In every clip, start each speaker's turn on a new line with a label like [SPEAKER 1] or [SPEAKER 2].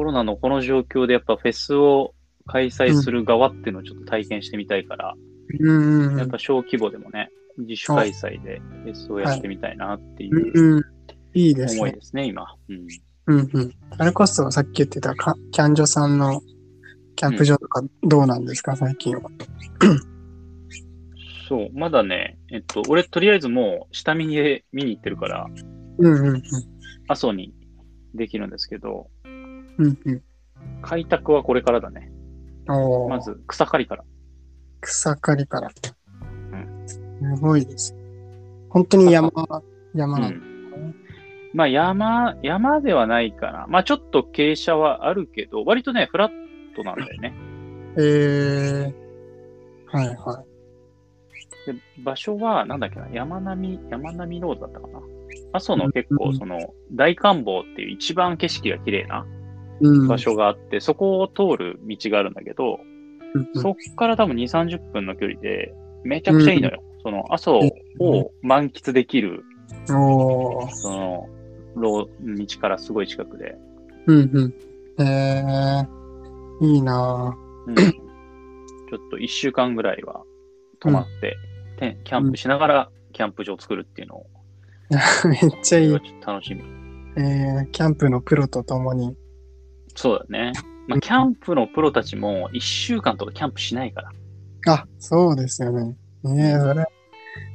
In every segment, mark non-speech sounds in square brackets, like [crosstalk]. [SPEAKER 1] ロナのこの状況でやっぱフェスを開催する側っていうのをちょっと体験してみたいから、
[SPEAKER 2] うんうん
[SPEAKER 1] やっぱ小規模でもね、自主開催でフェスをやってみたいなってい
[SPEAKER 2] う
[SPEAKER 1] う
[SPEAKER 2] んうん。いいです
[SPEAKER 1] 思い
[SPEAKER 2] ね。
[SPEAKER 1] ですね、今。うん。
[SPEAKER 2] うんうん。あれこそさっき言ってたかキャンジョさんのキャンプ場とかどうなんですか、最近は。
[SPEAKER 1] そう、まだね、えっと、俺とりあえずもう下見に見に行ってるから、
[SPEAKER 2] うんうんうん。
[SPEAKER 1] 阿蘇にできるんですけど、
[SPEAKER 2] うんうん。
[SPEAKER 1] 開拓はこれからだね。
[SPEAKER 2] おー
[SPEAKER 1] まず草刈りから。
[SPEAKER 2] 草刈りから。
[SPEAKER 1] ん
[SPEAKER 2] すごいです。本当に山、山
[SPEAKER 1] う
[SPEAKER 2] なんだ、
[SPEAKER 1] ん。まあ山、山ではないかな。まあちょっと傾斜はあるけど、割とね、フラットなんだよね。
[SPEAKER 2] えー。はいは
[SPEAKER 1] で場所は、なんだっけな、山並み、山並みロードだったかな。阿蘇の結
[SPEAKER 2] う
[SPEAKER 1] 構、
[SPEAKER 2] ん。
[SPEAKER 1] その、大観望っていう一番景色が綺麗ない
[SPEAKER 2] うん。
[SPEAKER 1] 場所があって、そこを通る道があるんだけど、
[SPEAKER 2] うんうん
[SPEAKER 1] そっから多分2、30分の距離で、めちゃくちゃいいのよ。その、阿蘇を満喫できる、
[SPEAKER 2] おー。
[SPEAKER 1] その、ロー道からすごい近くで。
[SPEAKER 2] うんうん。えー。いいな [coughs]
[SPEAKER 1] うんちょっと1週間ぐらいは泊まって、てキャンプしながらキャンプ場を作るっていうのを、
[SPEAKER 2] ぁ [laughs] めっ
[SPEAKER 1] そ
[SPEAKER 2] ちゃい
[SPEAKER 1] れ
[SPEAKER 2] い
[SPEAKER 1] は。ちょっと楽しみ。
[SPEAKER 2] えー、キャンプのプロと共に。
[SPEAKER 1] そうだね。ま
[SPEAKER 2] う
[SPEAKER 1] あ、
[SPEAKER 2] ん
[SPEAKER 1] キャンプのプロたちも1週間とかキャンプしないから。
[SPEAKER 2] あ、そうですよね。ねえ、それ、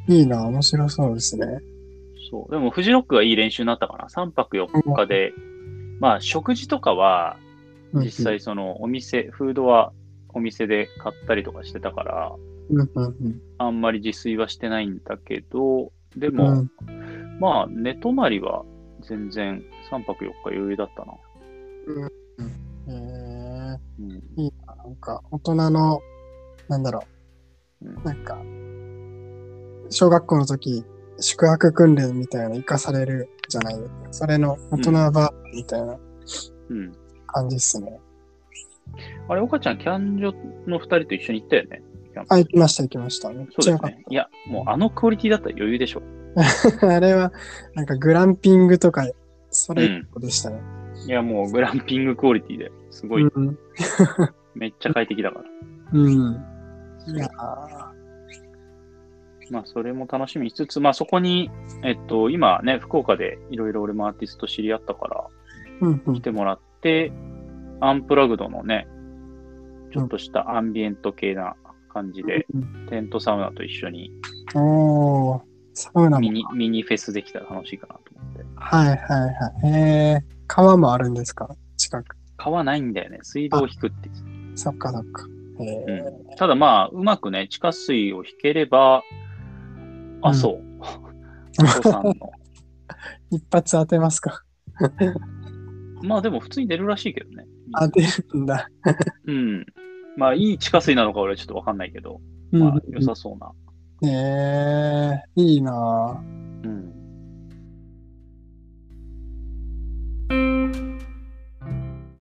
[SPEAKER 2] いいな、面白そうですね。
[SPEAKER 1] そう。でも、フジロックがいい練習になったかな。3泊4日で。まあ、食事とかは、
[SPEAKER 2] うん
[SPEAKER 1] 実。際そのお店、フードはお店で買ったりとかしてたから、
[SPEAKER 2] うんうんうん。
[SPEAKER 1] あんまり自炊はしてないんだけど、で
[SPEAKER 2] う
[SPEAKER 1] も、
[SPEAKER 2] ん、
[SPEAKER 1] まあ、寝泊まりは全然3泊4日余裕だったな。
[SPEAKER 2] えー、
[SPEAKER 1] うん
[SPEAKER 2] なんか、大人の、なんだろう
[SPEAKER 1] うん。
[SPEAKER 2] なんか、小学校の時、宿泊訓練みたいなの生かされるじゃないですか。それの大人バーみたい
[SPEAKER 1] う
[SPEAKER 2] な
[SPEAKER 1] ん。
[SPEAKER 2] 感じですね。
[SPEAKER 1] あれ、岡ちゃん、キャンジョの2人と一緒に行ったよね。
[SPEAKER 2] あ、行きました、行きました。めっ
[SPEAKER 1] そうで
[SPEAKER 2] ちゃよ
[SPEAKER 1] す
[SPEAKER 2] かっ
[SPEAKER 1] ね。いや、もうあのクオリティだったら余裕でしょ。
[SPEAKER 2] た。 [laughs] あれは、なんかグランピングとか、それ一個でしたね。
[SPEAKER 1] いや、もうグランピングクオリティですごい、
[SPEAKER 2] うん
[SPEAKER 1] めっちゃ快適だから。
[SPEAKER 2] うん。
[SPEAKER 1] そう
[SPEAKER 2] いやー
[SPEAKER 1] まあ、それも楽しみにしつつ、まあ、そこに、えっと、今ね、福岡でいろいろ俺もアーティスト知り合ったから、
[SPEAKER 2] うんう
[SPEAKER 1] 来
[SPEAKER 2] ん。
[SPEAKER 1] てもらって、アンプラグドのね、ちょっとしたアンビエント系な感じで、テントサウナと一緒に
[SPEAKER 2] おー、サウナも
[SPEAKER 1] ミ。ニミニフェスできたら楽しいかなと思って。
[SPEAKER 2] はいはいはい。えー、川もあるんですか近く。
[SPEAKER 1] 川ないんだよね。水道を引くって言ってた
[SPEAKER 2] そっかそっか。えー
[SPEAKER 1] ただまあ、うまくね、地下水を引ければ、阿蘇、
[SPEAKER 2] [laughs]
[SPEAKER 1] 阿蘇さんの。
[SPEAKER 2] 一発当てますか
[SPEAKER 1] まあでも普通に出るらしいけどね。
[SPEAKER 2] 当てるんだ。
[SPEAKER 1] うん。まあ、いい地下水なのか俺はちょっとわかんないけど、
[SPEAKER 2] うん
[SPEAKER 1] まあ、良さそうな。
[SPEAKER 2] えー、いいなぁ
[SPEAKER 1] うん。